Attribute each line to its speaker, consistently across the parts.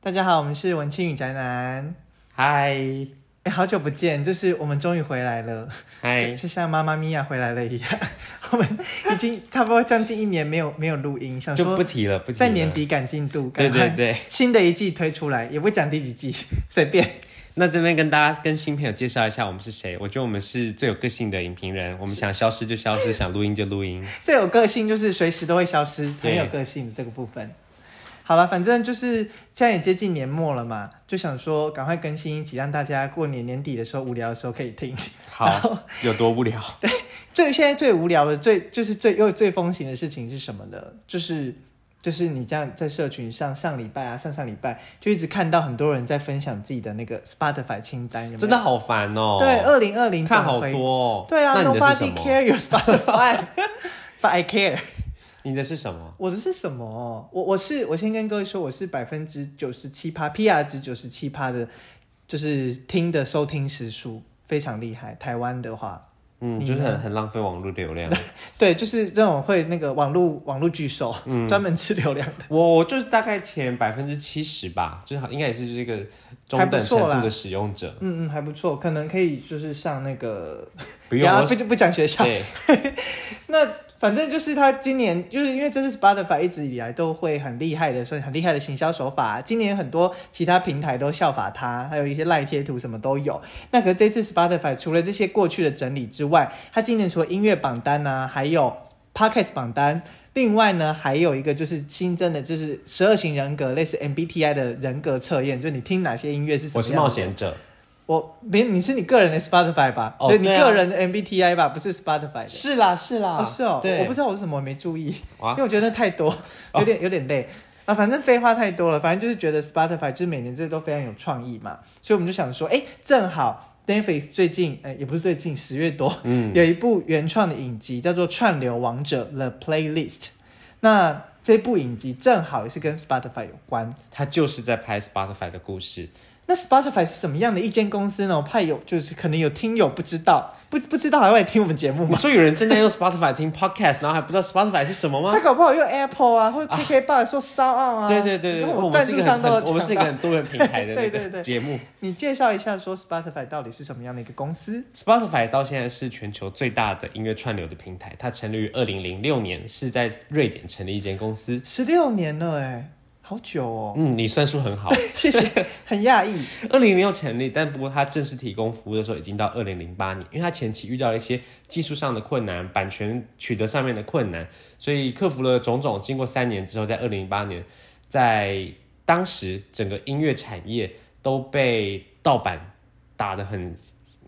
Speaker 1: 大家好，我们是文青与宅男。
Speaker 2: 嗨
Speaker 1: 哎，好久不见，就是我们终于回来了，就
Speaker 2: 嗨，
Speaker 1: 就像妈妈咪呀回来了一样。 我们已经差不多将近一年没有没有录音，想
Speaker 2: 就
Speaker 1: 说
Speaker 2: 不提了，不提了。
Speaker 1: 在年底赶进度，赶
Speaker 2: 对
Speaker 1: 快
Speaker 2: 对对，
Speaker 1: 新的一季推出来，也不讲第几季， 随便。
Speaker 2: 那这边跟大家、跟新朋友介绍一下我们是谁。我觉得我们是最有个性的影评人，我们想消失就消 失，想录音就录音。
Speaker 1: 最有个性就是随时都会消失，很
Speaker 2: 对
Speaker 1: 有个性这个部分。好了，反正就是现在也接近年末了嘛，就想说赶快更新一集，让大家过年年底的时候无聊的时候可以听。
Speaker 2: 好，有多无聊？
Speaker 1: 最现在最无聊的、最就是最又最风行的事情是什么呢？就是就是你这样在社群上上礼拜啊、上上礼拜就一直看到很多人在分享自己的那个 Spotify 清单，有没有
Speaker 2: 真的好烦哦。
Speaker 1: 对，二零二零
Speaker 2: 看好多哦。
Speaker 1: 对啊
Speaker 2: 那你的是什
Speaker 1: ，Nobody
Speaker 2: 么？
Speaker 1: care your Spotify，but I care。
Speaker 2: 你的是什么？
Speaker 1: 我的是什么？我我是我先跟各位说，我是百分之九十七趴 PR 值九十七趴的，就是听的收听时数非常厉害。台湾的话，
Speaker 2: 嗯，
Speaker 1: 你
Speaker 2: 就是
Speaker 1: 呢
Speaker 2: 很很浪费网络流量。
Speaker 1: 对，就是这种会那个网络网络巨兽，
Speaker 2: 嗯
Speaker 1: 专门吃流量的。
Speaker 2: 我我就是大概前百分之七十吧，就是好应该也是这个中
Speaker 1: 还
Speaker 2: 等
Speaker 1: 不
Speaker 2: 程
Speaker 1: 错啦
Speaker 2: 度的使用者。
Speaker 1: 嗯嗯，还不错，可能可以就是上那个，
Speaker 2: 不用
Speaker 1: 要
Speaker 2: 我
Speaker 1: 不不讲学校。
Speaker 2: 对，
Speaker 1: 那反正就是他今年，就是因为这是 Spotify 一直以来都会很厉害的，所以很厉害的行销手法。今年很多其他平台都效法它，还有一些赖贴图什么都有。那可是这次 Spotify 除了这些过去的整理之外，它今年除了音乐榜单呢、还有 Podcast 榜单。另外呢，还有一个就是新增的，就是十二型人格，类似 MBTI 的人格测验，就你听哪些音乐是什么
Speaker 2: 我
Speaker 1: 样
Speaker 2: 是
Speaker 1: 的
Speaker 2: 冒险者。
Speaker 1: 我没，你是你个人的 Spotify 吧？
Speaker 2: 哦
Speaker 1: 对，你
Speaker 2: 对啊
Speaker 1: 个人的 MBTI 吧，不是 Spotify 的。
Speaker 2: 是啦是啦
Speaker 1: 啊，是哦，
Speaker 2: 对，
Speaker 1: 我不知道我是什么，我没注意，
Speaker 2: 哇哦
Speaker 1: 因为我觉得太多，有点有点累啊。反正废话太多了，反正就是觉得 Spotify 就是每年这都非常有创意嘛，所以我们就想说，哎，正好 Netflix 最近，呃，也不是最近，十月多，
Speaker 2: 嗯
Speaker 1: 有一部原创的影集叫做《串流王者》The Playlist，那这部影集正好也是跟 Spotify 有关。
Speaker 2: 他就是在拍 Spotify 的故事。
Speaker 1: 那 Spotify 是什么样的一间公司呢？我怕有就是可能有听友不知道，不不知道还会来听我们节目吗
Speaker 2: 你？说有人正在用 Spotify 听 podcast，然后还不知道 Spotify 是什么
Speaker 1: 他
Speaker 2: 吗？
Speaker 1: 搞不好用 Apple 啊，或者 KK Box 说 s o 啊。
Speaker 2: 对对对
Speaker 1: 你
Speaker 2: 对，
Speaker 1: 看
Speaker 2: 我
Speaker 1: 我
Speaker 2: 们
Speaker 1: 赞
Speaker 2: 是一
Speaker 1: 助
Speaker 2: 个
Speaker 1: 商
Speaker 2: 很
Speaker 1: 都有
Speaker 2: 很
Speaker 1: 讲
Speaker 2: 我们是一个
Speaker 1: 到。
Speaker 2: 很多元平 台的那
Speaker 1: 对对对
Speaker 2: 个节目。
Speaker 1: 你介绍一下，说 Spotify 到底是什么样的一个公司？
Speaker 2: Spotify 到现在是全球最大的音乐串流的平台，它成立于二零零六年，是在瑞典成立一间公司。
Speaker 1: 十六年了哎，好久哦。
Speaker 2: 嗯，你算数很好。
Speaker 1: 谢谢， 很讶异。
Speaker 2: 二零零六成立，但不过它正式提供服务的时候已经到二零零八年，因为它前期遇到了一些技术上的困难、版权取得上面的困难，所以克服了种种。经过三年之后，在二零零八年，在当时整个音乐产业都被盗版打得很
Speaker 1: 很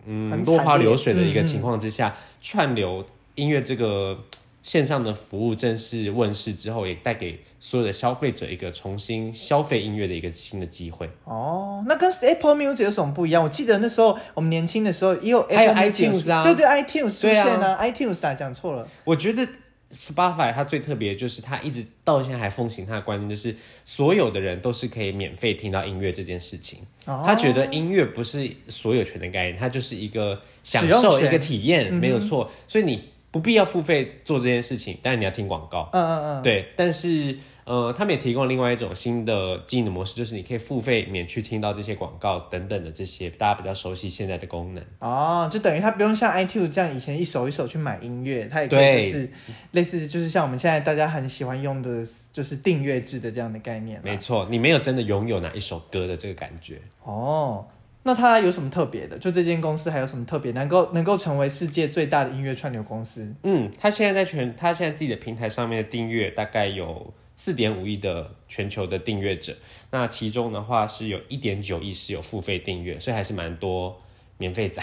Speaker 2: 嗯
Speaker 1: 惨
Speaker 2: 落花流水的一
Speaker 1: 嗯
Speaker 2: 个
Speaker 1: 嗯
Speaker 2: 情况之下，串流音乐这个。线上的服务正式问世之后，也带给所有的消费者一个重新消费音乐的一个新的机会。
Speaker 1: 哦，那跟 Apple Music 有什么不一样？我记得那时候我们年轻的时候也有
Speaker 2: 还有
Speaker 1: Apple Music 有
Speaker 2: iTunes 啊
Speaker 1: 对对，iTunes 出
Speaker 2: 对啊
Speaker 1: 现啊，iTunes 啊，讲错了。
Speaker 2: 我觉得 Spotify 它最特别的就是它一直到现在还奉行它的观念，就是所有的人都是可以免费听到音乐这件事情。
Speaker 1: 哦
Speaker 2: 他觉得音乐不是所有权的概念，它就是一个享
Speaker 1: 使用
Speaker 2: 受、
Speaker 1: 权
Speaker 2: 一个体验，
Speaker 1: 嗯哼
Speaker 2: 没有错。所以你不必要付费做这件事情，但是你要听广告。
Speaker 1: 嗯嗯嗯，
Speaker 2: 对，但是呃，他们也提供另外一种新的经营的模式，就是你可以付费免去听到这些广告等等的这些大家比较熟悉现在的功能。
Speaker 1: 哦，就等于他不用像 iTunes 这样以前一首一首去买音乐，他也可以
Speaker 2: 对
Speaker 1: 就是类似就是像我们现在大家很喜欢用的，就是订阅制的这样的概念啦。
Speaker 2: 没错，你没有真的拥有哪一首歌的这个感觉。
Speaker 1: 哦，那它有什么特别的？就这间公司还有什么特别，能够能够成为世界最大的音乐串流公 司？
Speaker 2: 嗯，他现在在全他现在自己的平台上面的订阅大概有四点五亿的全球的订阅者，那其中的话是有一点九亿是有付费订阅，所以还是蛮多免费仔。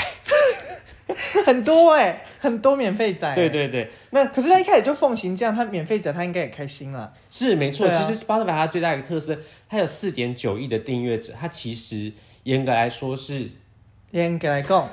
Speaker 1: 很多哎、很多免费仔、欸
Speaker 2: 对。对对，那
Speaker 1: 可是他一开始就奉行这样，他免费仔他应该也开心啦。
Speaker 2: 是没错。
Speaker 1: 对啊
Speaker 2: 其实 Spotify 它最大的一个特色，它有四点九亿的订阅者，它其实严格来说是
Speaker 1: 严格来 讲，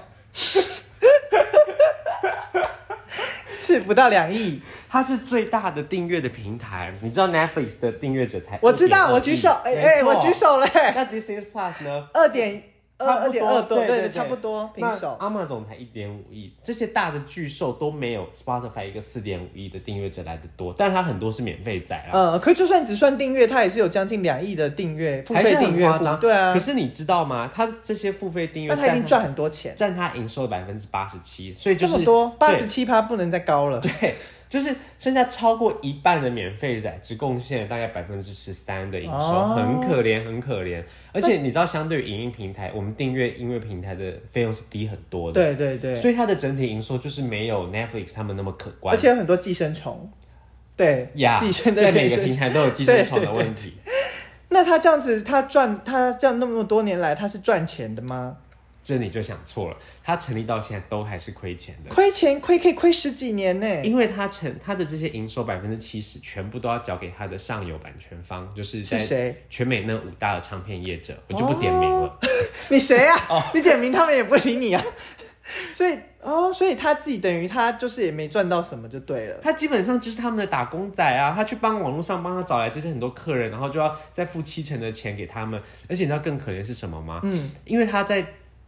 Speaker 1: 是不到两亿。
Speaker 2: 它是最大的订阅的平台。你知道 Netflix 的订阅者才
Speaker 1: 我知道，
Speaker 2: 1.2
Speaker 1: 我举手，哎、
Speaker 2: 亿
Speaker 1: 哎、我举。手嘞、
Speaker 2: 没错那 Disney Plus 呢？
Speaker 1: 二点
Speaker 2: 差
Speaker 1: 二
Speaker 2: 不
Speaker 1: 二点二
Speaker 2: 多对
Speaker 1: 对
Speaker 2: 对
Speaker 1: 差不多平
Speaker 2: 那
Speaker 1: 手。
Speaker 2: 阿玛总才一点五亿，这些大的巨兽都没有 Spotify 一个四点五亿的订阅者来的多，但是它很多是免费仔啊。
Speaker 1: 呃，可就算只算订阅，它也是有将近两亿的订阅呃付
Speaker 2: 还
Speaker 1: 费
Speaker 2: 是
Speaker 1: 订
Speaker 2: 很
Speaker 1: 阅
Speaker 2: 夸
Speaker 1: 户，
Speaker 2: 张，
Speaker 1: 对啊
Speaker 2: 可，是你知道吗？它这些付费订阅
Speaker 1: 那
Speaker 2: 占
Speaker 1: 它
Speaker 2: 它，
Speaker 1: 一定赚很多钱，
Speaker 2: 占它营收的百分之八十七，所以就
Speaker 1: 这
Speaker 2: 是
Speaker 1: 么多八
Speaker 2: 对
Speaker 1: 十七趴不能再高了。
Speaker 2: 对，就是剩下超过一半的免费仔只贡献了大概百分之十三的营收，
Speaker 1: 哦
Speaker 2: 很可怜，很可怜。而且你知道，相对于影音平台，我们订阅音乐平台的费用是低很多的，
Speaker 1: 对对对，
Speaker 2: 所以它的整体营收就是没有 Netflix 他们那么可观。
Speaker 1: 而且有很多寄生虫，对
Speaker 2: 呀
Speaker 1: 寄生的
Speaker 2: 在每
Speaker 1: 寄
Speaker 2: 个
Speaker 1: 生
Speaker 2: 平台都有寄生虫的问题。
Speaker 1: 那他这样子，他赚他这样那么多年来，他是赚钱的吗？
Speaker 2: 这你就想错了，它成立到现在都还是亏钱的。
Speaker 1: 亏钱亏可以亏十几年呢、
Speaker 2: 因为它成它的这些营收百分之七十全部都要交给它的上游版权方，就是
Speaker 1: 是
Speaker 2: 在
Speaker 1: 谁？哦
Speaker 2: 全美那五大的唱片业者，我就不点名了。
Speaker 1: 你谁 啊？
Speaker 2: 哦
Speaker 1: 你点名他们也不理你啊。 所以哦，所以他自己等于他就是也没赚到什么就对了。
Speaker 2: 他基本上就是他们的打工仔啊，他去帮网络上帮他找来这些很多客人，然后就要再付七成的钱给他们。而且你知道更可怜是什么吗？
Speaker 1: 嗯，
Speaker 2: 因为他在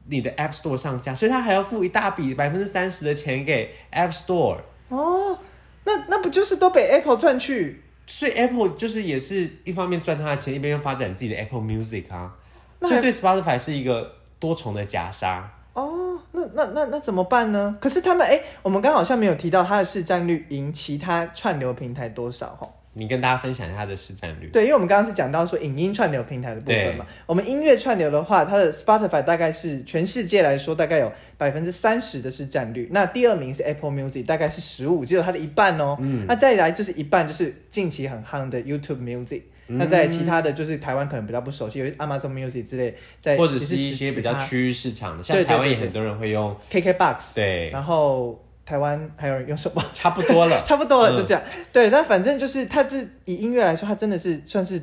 Speaker 2: 你的 App Store 上架，所以他还要付一大笔百分之三十的钱给 App Store。
Speaker 1: 哦，那那不就是都被 Apple 赚去？
Speaker 2: 所以 Apple 就是也是一方面赚他的钱，一边又发展自己的 Apple Music 啊，
Speaker 1: 那
Speaker 2: 所以对 Spotify 是一个多重的夹杀。
Speaker 1: 哦，那那那那怎么办呢？可是他们哎、我们刚好像没有提到它的市占率赢其他串流平台多少哦。
Speaker 2: 你跟大家分享一下它的市占率，
Speaker 1: 对，因为我们刚刚是讲到说影音串流平台的部分嘛，我们音乐串流的话，它的 Spotify 大概是全世界来说大概有百分之三十的市占率，那第二名是 Apple Music，大概是十五，只有它的一半哦。嗯，那再来就是一半就是近期很夯的 YouTube Music。那在其他的就是台湾可能比较不熟悉，有 Amazon Music 之类，在
Speaker 2: 或者
Speaker 1: 也是
Speaker 2: 是一些
Speaker 1: 14
Speaker 2: 比较
Speaker 1: 趴
Speaker 2: 区域市场的，像
Speaker 1: 对对
Speaker 2: 台湾
Speaker 1: 对
Speaker 2: 也
Speaker 1: 对
Speaker 2: 很多人会用，
Speaker 1: KKBox，
Speaker 2: 对
Speaker 1: 然后台湾还有人用什 么？
Speaker 2: 差不多了。
Speaker 1: 差不多了，
Speaker 2: 嗯
Speaker 1: 就这样。对，但反正就是它是以音乐来说，它真的是算是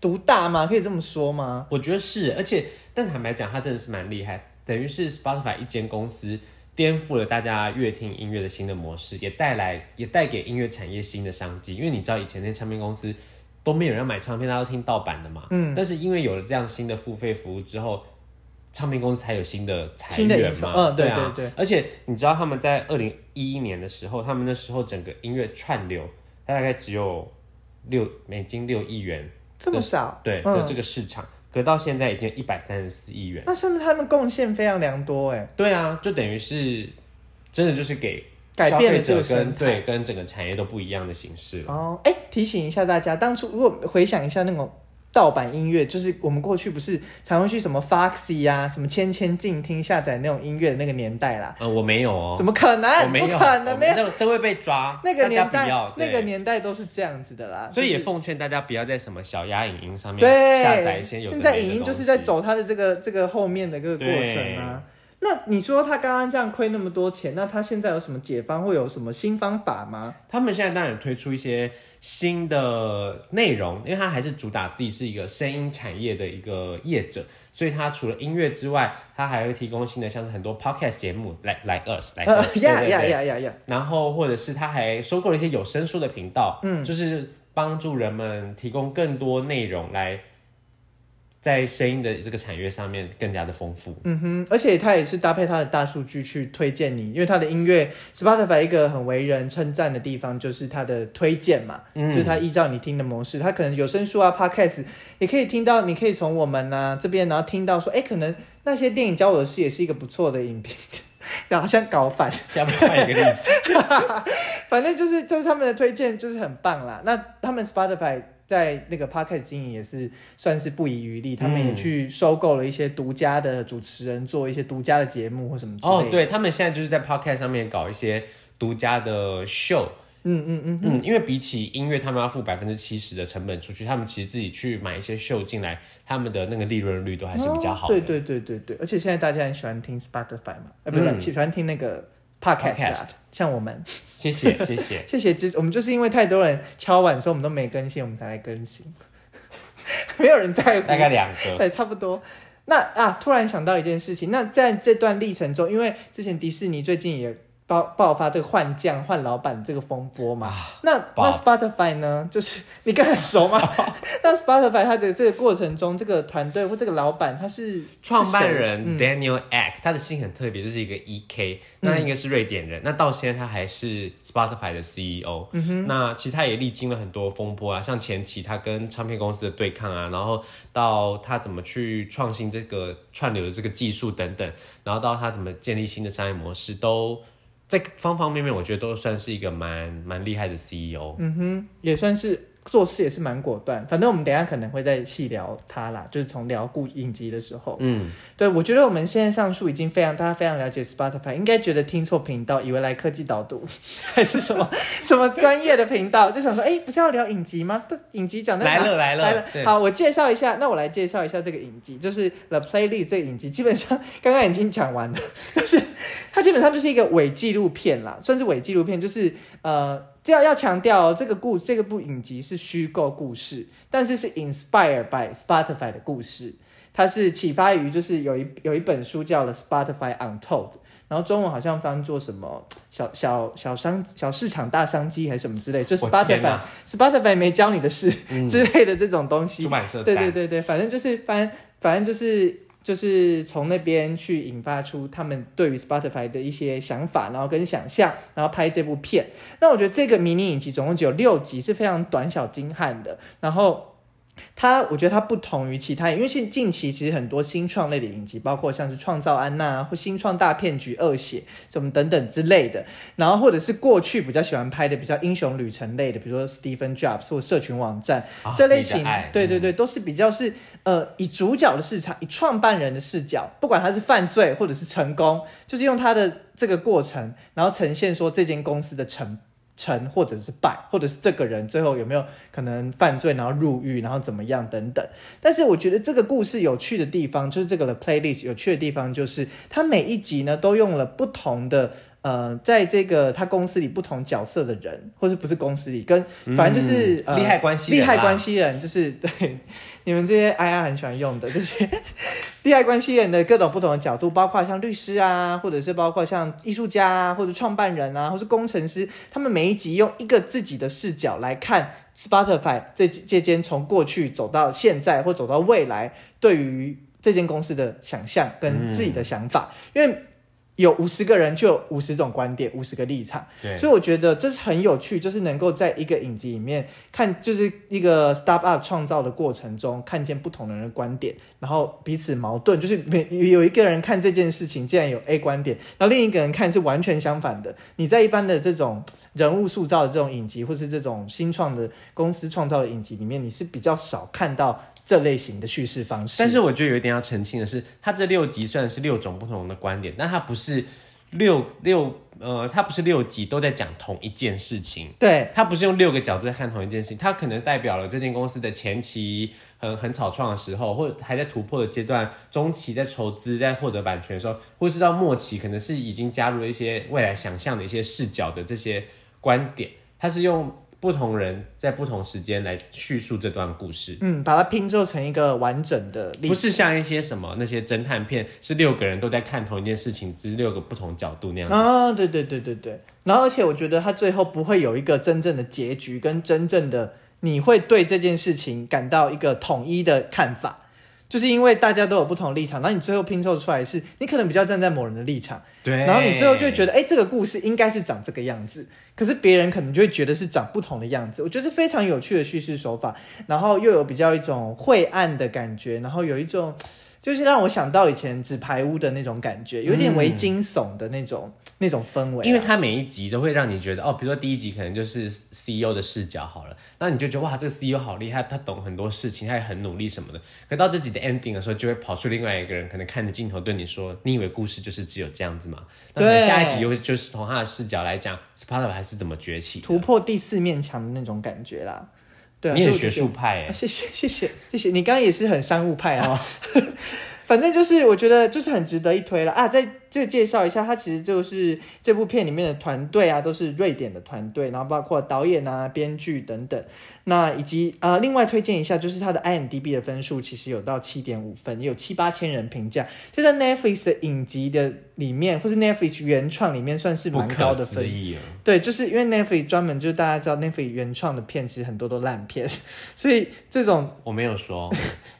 Speaker 1: 独大吗？可以这么说吗？
Speaker 2: 我觉得是，而且但坦白讲，它真的是蛮厉害，等于是 Spotify 一间公司颠覆了大家乐听音乐的新的模式，也带来也带给音乐产业新的商机。因为你知道以前那些唱片公司都没有人要买唱片，大家都听盗版的嘛。嗯。但是因为有了这样新的付费服务之后。唱片公司才有新的财
Speaker 1: 新的
Speaker 2: 源
Speaker 1: 营收
Speaker 2: 嘛，
Speaker 1: 嗯对
Speaker 2: 啊，
Speaker 1: 对对
Speaker 2: 而且你知道他们在二零一一年的时候，他们那时候整个音乐串流，大概只有六美金六亿元，
Speaker 1: 这么少？
Speaker 2: 对，
Speaker 1: 嗯
Speaker 2: 就这个市场，隔到现在已经一百三十四亿元。
Speaker 1: 那是不是他们贡献非常良多、欸？哎，
Speaker 2: 对啊，就等于是真的就是给
Speaker 1: 改
Speaker 2: 消
Speaker 1: 变了
Speaker 2: 费
Speaker 1: 这
Speaker 2: 者
Speaker 1: 个
Speaker 2: 跟
Speaker 1: 生态
Speaker 2: 对跟整个产业都不一样的形式了。
Speaker 1: 哦，哎、提醒一下大家，当初如果回想一下那种盗版音乐，就是我们过去不是常会去什么 Foxy 啊、什么千千静听下载那种音乐的那个年代啦，
Speaker 2: 呃，我没有哦
Speaker 1: 怎，么可能？
Speaker 2: 我没有，
Speaker 1: 啊不可能，没有。
Speaker 2: 有，这会被抓。
Speaker 1: 那个
Speaker 2: 大家
Speaker 1: 年
Speaker 2: 不
Speaker 1: 代
Speaker 2: 要，
Speaker 1: 那
Speaker 2: 对
Speaker 1: 个。年代都是这样子的啦，
Speaker 2: 所以
Speaker 1: 就是
Speaker 2: 也奉劝大家不要在什么小鸭影音上面
Speaker 1: 对，
Speaker 2: 下载一些有的
Speaker 1: 现
Speaker 2: 没的
Speaker 1: 在影音就是在
Speaker 2: 东西
Speaker 1: 走它的这个这个后面的这个过程啊。那你说他刚刚这样亏那么多钱，那他现在有什么解方或有什么新方法吗？
Speaker 2: 他们现在当然推出一些新的内容，因为它还是主打自己是一个声音产业的一个业者，所以它除了音乐之外，它还会提供新的，像是很多 podcast 节目来来 us 来 us，对
Speaker 1: 呃呀
Speaker 2: 对
Speaker 1: 呀
Speaker 2: 对。
Speaker 1: 呀呀呀！
Speaker 2: 然后或者是它还收购了一些有声书的频道，嗯，就是帮助人们提供更多内容来在声音的这个产业上面更加的丰富。
Speaker 1: 嗯哼，而且他也是搭配他的大数据去推荐你，因为他的音乐 Spotify 一个很为人称赞的地方就是他的推荐嘛，
Speaker 2: 嗯
Speaker 1: 就是他依照你听的模式，他可能有声书啊、Podcast 也可以听到，你可以从我们呐、这边，然后听到说，哎、可能那些电影教我的事也是一个不错的影片， 好像搞反。
Speaker 2: 要不要换一个例子？
Speaker 1: 反正就是就是他们的推荐就是很棒啦。那他们 Spotify 在那个 Podcast 经营也是算是不遗余力，他们也去收购了一些独家的主持人，做一些独家的节目或什么之类的。
Speaker 2: 哦，，对他们现在就是在 podcast 上面搞一些独家的秀。
Speaker 1: 嗯嗯嗯，
Speaker 2: 嗯，因为比起音乐，他们要付百分之七十的成本出去，他们其实自己去买一些秀进来，他们的那个利润率都还是比较好的。
Speaker 1: 对对对对对，而且现在大家很喜欢听 Spotify 嘛，呃，不是、
Speaker 2: 嗯
Speaker 1: 喜欢听那个 Podcast 啊
Speaker 2: Podcast。
Speaker 1: 像我们，
Speaker 2: 谢谢谢谢。
Speaker 1: 谢谢支持，我们就是因为太多人敲碗说我们都没更新，我们才来更新， 没有人在乎。
Speaker 2: 大概两个，
Speaker 1: 对，差不多。那啊，突然想到一件事情，那在这段历程中，因为之前迪士尼最近也爆爆发这个换将、换老板这个风波嘛。那
Speaker 2: 啊爆
Speaker 1: 那 Spotify 呢？ 就是你跟他熟 吗？ 那 Spotify 它的这个过程中，这个团队或这个老板他是
Speaker 2: 创办
Speaker 1: 是谁
Speaker 2: 人
Speaker 1: 嗯
Speaker 2: Daniel Ek，、他的姓很特别，就是一个 E K，那应该是瑞典人。那到现在他还是 Spotify 的 CEO。那
Speaker 1: 嗯
Speaker 2: 其实他也历经了很多风波啊，像前期他跟唱片公司的对抗啊，然后到他怎么去创新这个串流的这个技术等等，然后到他怎么建立新的商业模式，都在方方面面，我觉得都算是一个蛮蛮厉害的 E CEO。
Speaker 1: 嗯哼，也算是做事也是蛮果断。反正我们等一下可能会再细聊他啦，就是从聊顾影集的时候。
Speaker 2: 嗯，
Speaker 1: 对，我觉得我们现在上述已经非常大家非常了解 Spotify，应该觉得听错频道，以为来科技导读 还是什么什么专业的频道，就想说，哎，不是要聊影集吗？对，影集讲到
Speaker 2: 来
Speaker 1: 哪
Speaker 2: 了来了
Speaker 1: 来了
Speaker 2: 对。
Speaker 1: 好，我介绍一下，那我来介绍一下这个影集，就是《The Playlist》这个影集，基本上刚刚已经讲完了， 就是它基本上就是一个伪纪录片啦，算是伪纪录片，就是呃，这要要强调哦、这个故这个部影集是虚构故事，但是是 inspired by Spotify 的故事，它是启发于就是有一有一本书叫《The Spotify Untold》。然后中文好像翻作什么小小小商小市场大商机还是什么之类，就
Speaker 2: 我天
Speaker 1: Spotify
Speaker 2: 哪
Speaker 1: Spotify 没教你的事、之类的这种东西
Speaker 2: 嗯出，版社
Speaker 1: 对
Speaker 2: 赞
Speaker 1: 对对对，反正就是反反正就是就是从那边去引发出他们对于 Spotify 的一些想法，然后跟想象，然后拍这部片。那我觉得这个迷你影集总共只有六集，是非常短小精悍的。然后。它，我觉得它不同于其他，因为近近期其实很多新创类的影集，包括像是《创造安娜》啊或《新创大骗局恶血》什么等等之类的，然后或者是过去比较喜欢拍的比较英雄旅程类的，比如说 Stephen Jobs 或社群网站、
Speaker 2: 啊
Speaker 1: 这类
Speaker 2: 你的
Speaker 1: 型
Speaker 2: 爱，
Speaker 1: 对对对，都是比较是呃以主角的视角，以创办人的视角，不管他是犯罪或者是成功，就是用他的这个过程，然后呈现说这间公司的成成或者是败，或者是这个人最后有没有可能犯罪，然后入狱，然后怎么样等等。但是我觉得这个故事有趣的地方，就是这个的 playlist 有趣的地方，就是它每一集呢都用了不同的。呃，在这个他公司里不同角色的人，或者不是公司里，跟反正就是、
Speaker 2: 嗯
Speaker 1: 呃
Speaker 2: 利害关系人
Speaker 1: 利害
Speaker 2: 啦
Speaker 1: 关系人，就是对 你们这些 IR 很喜欢用的这些利害关系人的各种不同的角度，包括像律师啊，或者是包括像艺术家啊，或者创办人啊，或是工程师，他们每一集用一个自己的视角来看 Spotify 这这间从过去走到现在或走到未来，对于这间公司的想象跟自己的想法，因为。有五十个人，就有五十种观点，五十个立场，
Speaker 2: 对
Speaker 1: 所以我觉得这是很有趣，就是能够在一个影集里面看，就是一个 start up 创造的过程中，看见不同的人的观点，然后彼此矛盾，就是每有一个人看这件事情，竟然有 A 观点，然后另一个人看是完全相反的。你在一般的这种人物塑造的这种影集，或是这种新创的公司创造的影集里面，你是比较少看到这类型的叙事方式。
Speaker 2: 但是我觉得有一点要澄清的是，它这六集虽然是六种不同的观点，但它不是六六呃，它不是六集都在讲同一件事情。
Speaker 1: 对，
Speaker 2: 它不是用六个角度在看同一件事情，它可能代表了这间公司的前期很很草创的时候，或者还在突破的阶段，中期在筹资、在获得版权的时候，或是到末期，可能是已经加入了一些未来想象的一些视角的这些观点。它是用不同人在不同时间来叙述这段故事。
Speaker 1: 嗯，把它拼凑成一个完整的历
Speaker 2: 不是像一些什么那些侦探片，是六个人都在看同一件事情，只是六个不同角度那样子。
Speaker 1: 啊、对对对对对。然后，而且我觉得他最后不会有一个真正的结局，跟真正的你会对这件事情感到一个统一的看法，就是因为大家都有不同立场，然后你最后拼凑出来是你可能比较站在某人的立场，
Speaker 2: 对
Speaker 1: 然后你最后就会觉得，哎、这个故事应该是长这个样子，可是别人可能就会觉得是长不同的样子。我觉得是非常有趣的叙事手法，然后又有比较一种晦暗的感觉，然后有一种就是让我想到以前纸牌屋的那种感觉，有点为惊悚的那种、那种氛围啊、
Speaker 2: 嗯因为它每一集都会让你觉得，哦，比如说第一集可能就是 CEO 的视角好了，那你就觉得哇，这个 CEO 好厉害，他懂很多事情，他也很努力什么的。可到这集的 ending 的时候，就会跑出另外一个人，可能看着镜头对你说：“你以为故事就是只有这样子吗？”那可能
Speaker 1: 对
Speaker 2: 下一集又就是从他的视角来讲，Spotify 是怎么崛起的
Speaker 1: 突破第四面墙的那种感觉啦。对、啊，
Speaker 2: 你
Speaker 1: 所
Speaker 2: 很
Speaker 1: 以我就
Speaker 2: 学
Speaker 1: 觉得
Speaker 2: 术派
Speaker 1: 啊
Speaker 2: 哎，
Speaker 1: 谢谢谢谢谢谢，哦 你刚刚也是很商务派啊、反正就是我觉得就是很值得一推了啊！在这个介绍一下，它其实就是这部片里面的团队啊，都是瑞典的团队，然后包括导演啊、编剧等等。那以及啊、呃另外推荐一下，就是它的 IMDB 的分数其实有到七点五分，也有七八千人评价，这在 Netflix 的影集的里面，或是 Netflix 原创里面算是
Speaker 2: 不
Speaker 1: 蛮
Speaker 2: 可
Speaker 1: 高的
Speaker 2: 思
Speaker 1: 分。
Speaker 2: 议哦。
Speaker 1: 对，就是因为 Netflix 专门就是大家知道 Netflix 原创的片，其实很多都烂片， 所以这种
Speaker 2: 我没有说，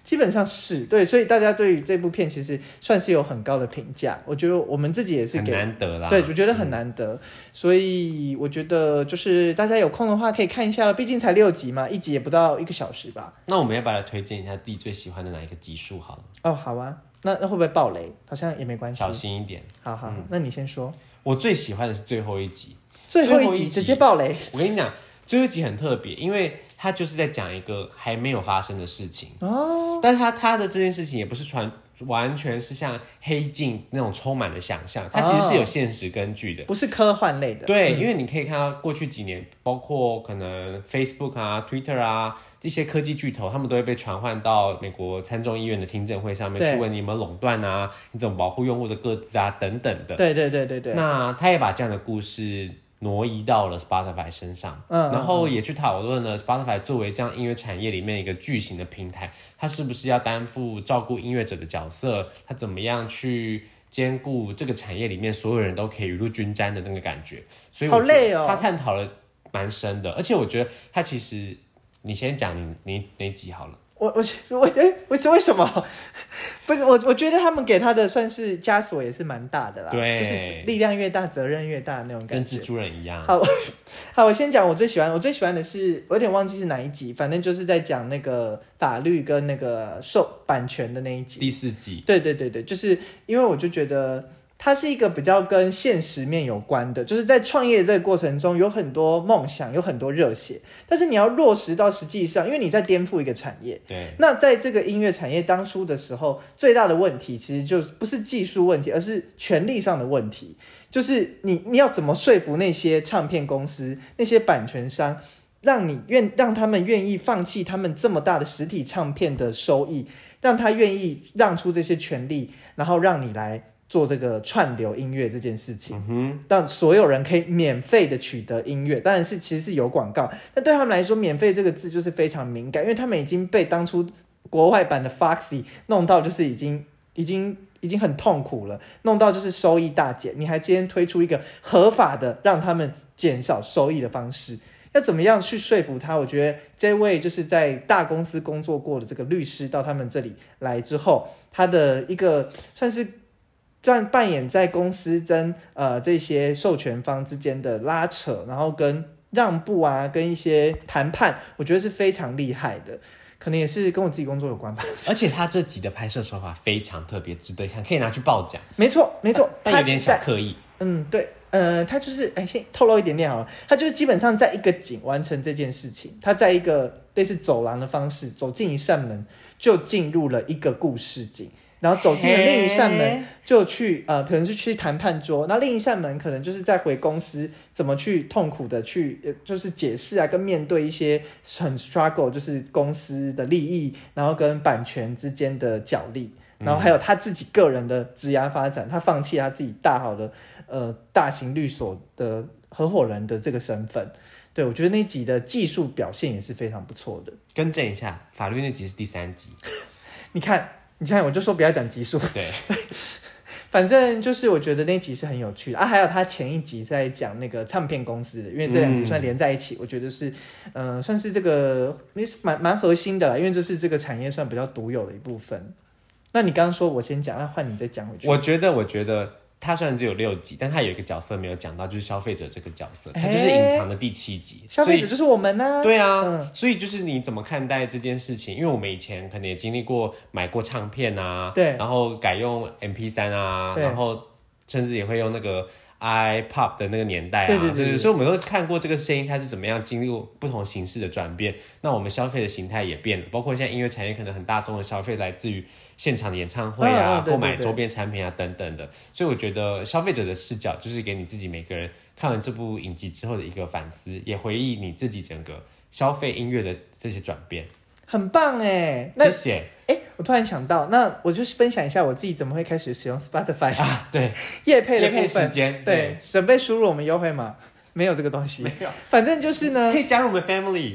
Speaker 1: 基本上是对，所以大家对于这部片其实算是有很高的评价。我觉得我们自己 也是
Speaker 2: 很
Speaker 1: 给，
Speaker 2: 难得啦。嗯
Speaker 1: 对，我觉得很难得，所以我觉得就是大家有空的话可以看一下了，毕竟才六集嘛，一集也不到一个小时吧。
Speaker 2: 那我们要不要来推荐一下自己最喜欢的哪一个集数？好了，
Speaker 1: 哦，好啊，那那会不会爆雷？好像也没关系
Speaker 2: 小。嗯心一点。
Speaker 1: 好好，那你先说。
Speaker 2: 我最喜欢的是最后一集。
Speaker 1: 最
Speaker 2: 后
Speaker 1: 后
Speaker 2: 一集
Speaker 1: 一集直接爆雷
Speaker 2: 我跟你讲，最后一集很特别，因为它就是在讲一个还没有发生的事情。
Speaker 1: 哦，
Speaker 2: 但是他他的这件事情也不是传，完全是像黑镜那种充满了想象，它其实
Speaker 1: 哦
Speaker 2: 是有现实根据的。
Speaker 1: 不是科幻类的。嗯
Speaker 2: 对，因为你可以看到过去几年，包括可能 Facebook 啊、Twitter 啊一些科技巨头，他们都会被传唤到美国参众议院的听证会上面
Speaker 1: 对
Speaker 2: 去问你有没有垄断啊，你怎么保护用户的个资啊等等的。
Speaker 1: 对对对对对，
Speaker 2: 那他也把这样的故事挪移到了 Spotify 身上，
Speaker 1: 嗯
Speaker 2: 然后也去讨论了 Spotify 作为这样音乐产业里面一个巨型的平台，它是不是要担负照顾音乐者的角色？它怎么样去兼顾这个产业里面所有人都可以雨露均沾的那个感觉？所以我
Speaker 1: 好
Speaker 2: 觉得
Speaker 1: 累哦
Speaker 2: 他探讨了蛮深的，而且我觉得他其实，你先讲你你哪集好了。
Speaker 1: 我我我哎，我是为什么？ 不是我，我觉得他们给他的算是枷锁也是蛮大的啦，
Speaker 2: 对
Speaker 1: 就是力量越大，责任越大那种
Speaker 2: 跟
Speaker 1: 感
Speaker 2: 蜘
Speaker 1: 觉。嗯
Speaker 2: 蛛人一样，
Speaker 1: 好，好，我先讲我最喜欢，我最喜欢的是，我有点忘记是哪一集，反正就是在讲那个法律跟那个受版权的那一集。
Speaker 2: 第四集，
Speaker 1: 对对对对，就是因为我就觉得它是一个比较跟现实面有关的，就是在创业这个过程中有很多梦想，有很多热血，但是你要落实到实际上，因为你在颠覆一个产业。
Speaker 2: 对，
Speaker 1: 那在这个音乐产业当初的时候，最大的问题其实就是不是技术问题，而是权利上的问题。就是你你要怎么说服那些唱片公司、那些版权商，让你愿让他们愿意放弃他们这么大的实体唱片的收益，让他愿意让出这些权利，然后让你来做这个串流音乐这件事情。
Speaker 2: 嗯哼，
Speaker 1: 让所有人可以免费的取得音乐，当然是其实是有广告，但对他们来说，免费这个字就是非常敏感，因为他们已经被当初国外版的 Foxy 弄到，就是已经已经已经很痛苦了，弄到就是收益大减。你还今天推出一个合法的让他们减少收益的方式，要怎么样去说服他？我觉得这位就是在大公司工作过的这个律师到他们这里来之后，他的一个算是。这样扮演在公司跟呃这些授权方之间的拉扯，然后跟让步啊，跟一些谈判，我觉得是非常厉害的，可能也是跟我自己工作有关吧。
Speaker 2: 而且他这集的拍摄手法非常特别，值得一看，可以拿去报奖，
Speaker 1: 没错，没错，
Speaker 2: 但有
Speaker 1: 他
Speaker 2: 点
Speaker 1: 是
Speaker 2: 小
Speaker 1: 在
Speaker 2: 刻意。
Speaker 1: 嗯，对，呃，他就是哎，先透露一点点好了，他就是基本上在一个井完成这件事情，他在一个类似走廊的方式走进一扇门，就进入了一个故事井，然后走进了另一扇门，
Speaker 2: 嘿，
Speaker 1: 就去呃，可能是去谈判桌，那另一扇门可能就是在回公司怎么去痛苦的去，呃就是解释啊，跟面对一些很 struggle，就是公司的利益，然后跟版权之间的角力，然后还有他自己个人的职涯发展，他放弃他自己大好的呃大型律所的合伙人的这个身份。对，我觉得那集的技术表现也是非常不错的。
Speaker 2: 更正一下，法律那集是第三 集。
Speaker 1: 你看，你看，我就说不要讲集数，
Speaker 2: 对，
Speaker 1: 反正就是我觉得那集是很有趣的啊，还有他前一集在讲那个唱片公司的，因为这两集
Speaker 2: 嗯
Speaker 1: 算连在一起，我觉得是，呃，算是这个也是蛮蛮核心的啦，因为这是这个产业算比较独有的一部分。那你刚刚说我先讲，那换你再讲回去。
Speaker 2: 我觉得，我觉得他虽然只有六集，但他有一个角色没有讲到，就是消费者这个角色，他就是
Speaker 1: 哎
Speaker 2: 隐藏的第七集。
Speaker 1: 消
Speaker 2: 所以
Speaker 1: 费者就是我们呢、
Speaker 2: 对啊，
Speaker 1: 嗯
Speaker 2: 所以就是你怎么看待这件事情？因为我们以前可能也经历过买过唱片啊，
Speaker 1: 对
Speaker 2: 然后改用 MP 三啊，
Speaker 1: 对
Speaker 2: 然后甚至也会用那个 iPod 的那个年代啊，
Speaker 1: 对对对
Speaker 2: 就是
Speaker 1: 对
Speaker 2: 所以我们都看过这个声音它是怎么样经历过不同形式的转变。那我们消费的形态也变了，包括现在音乐产业可能很大众的消费来自于现场的演唱会
Speaker 1: 嗯
Speaker 2: 啊，
Speaker 1: 嗯对
Speaker 2: 购买
Speaker 1: 对对
Speaker 2: 周边产品啊等等的。所以我觉得消费者的视角就是给你自己每个人看完这部影集之后的一个反思，也回忆你自己整个消费音乐的这些转变。
Speaker 1: 很棒哎、那
Speaker 2: 谢谢。
Speaker 1: 哎，我突然想到，那我就分享一下我自己怎么会开始使用 Spotify
Speaker 2: 啊，对，
Speaker 1: 夜哎 配的
Speaker 2: 业
Speaker 1: 部
Speaker 2: 配时
Speaker 1: 分。
Speaker 2: 间，嗯
Speaker 1: 对，准备输入我们优惠码，没有这个东西
Speaker 2: 没。有，
Speaker 1: 反正就是呢
Speaker 2: 可，以加入我们 family，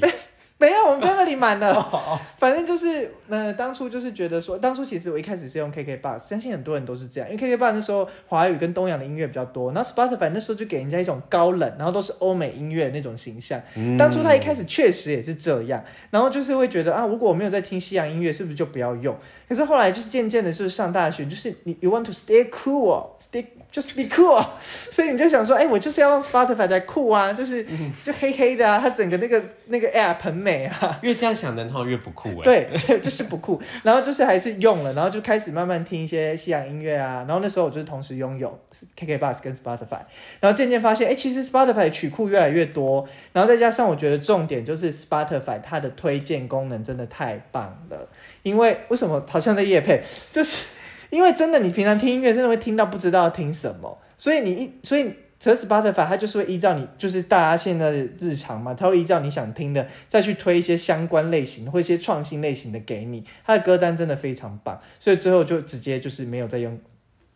Speaker 1: 没有，我们 family 满了。反正就是，呃，当初就是觉得说，当初其实我一开始是用 KKBox，相信很多人都是这样，因为 KKBox 那时候华语跟东洋的音乐比较多，然后 Spotify 那时候就给人家一种高冷，然后都是欧美音乐那种形象。
Speaker 2: 嗯
Speaker 1: 当初他一开始确实也是这样，然后就是会觉得啊，如果我没有在听西洋音乐，是不是就不要用？可是后来就是渐渐的，就是上大学，就是你 you want to stay cool，stay just be cool，所 以你就想说，哎、我就是要用 Spotify 来酷啊，就是就黑黑的啊，它整个那个那个 app 很美啊。
Speaker 2: 越这样想的人好像越不酷哎，
Speaker 1: 对， 对就是不酷，然后就是还是用了，然后就开始慢慢听一些西洋音乐啊，然后那时候我就是同时拥有 KK Bus 跟 Spotify，然后渐渐发现，哎，其实 Spotify 的曲库越来越多，然后再加上我觉得重点就是 Spotify 它的推荐功能真的太棒了，因为为什么好像在夜配，就是因为真的你平常听音乐真的会听到不知道听什么，所以你一所以。只是 Spotify 它就是会依照你，就是大家现在的日常嘛，它会依照你想听的再去推一些相关类型或一些创新类型的给你。它的歌单真的非常棒，所以最后就直接就是没有再用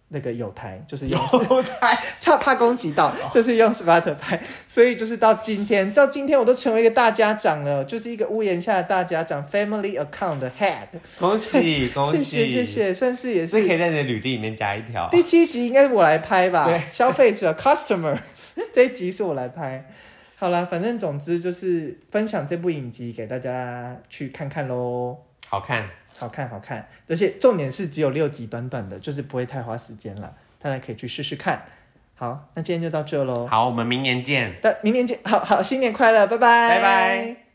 Speaker 1: 那个有台，就是用
Speaker 2: 有台， 哦
Speaker 1: 怕怕攻击到， 就是用 Spotify，所以就是到今天，到今天我都成为一个大家长了，就是一个屋檐下的大家长，Family Account 的 Head，
Speaker 2: 恭喜恭
Speaker 1: 谢
Speaker 2: 喜，
Speaker 1: 谢谢，谢，算是也
Speaker 2: 也是
Speaker 1: 是
Speaker 2: 可以在你的履历里面加一条，
Speaker 1: 第七集应该是我来拍吧
Speaker 2: 对，
Speaker 1: 消费者 Customer 这一集是我来拍。好啦，反正总之就是分享这部影集给大家去看看喽，
Speaker 2: 好看，
Speaker 1: 好看好看，而且重点是只有六集，短短的，就是不会太花时间了，大家可以去试试看。好，那今天就到这喽。
Speaker 2: 好，我们明年见。
Speaker 1: 但明年见，好好，新年快乐，拜拜，
Speaker 2: 拜拜。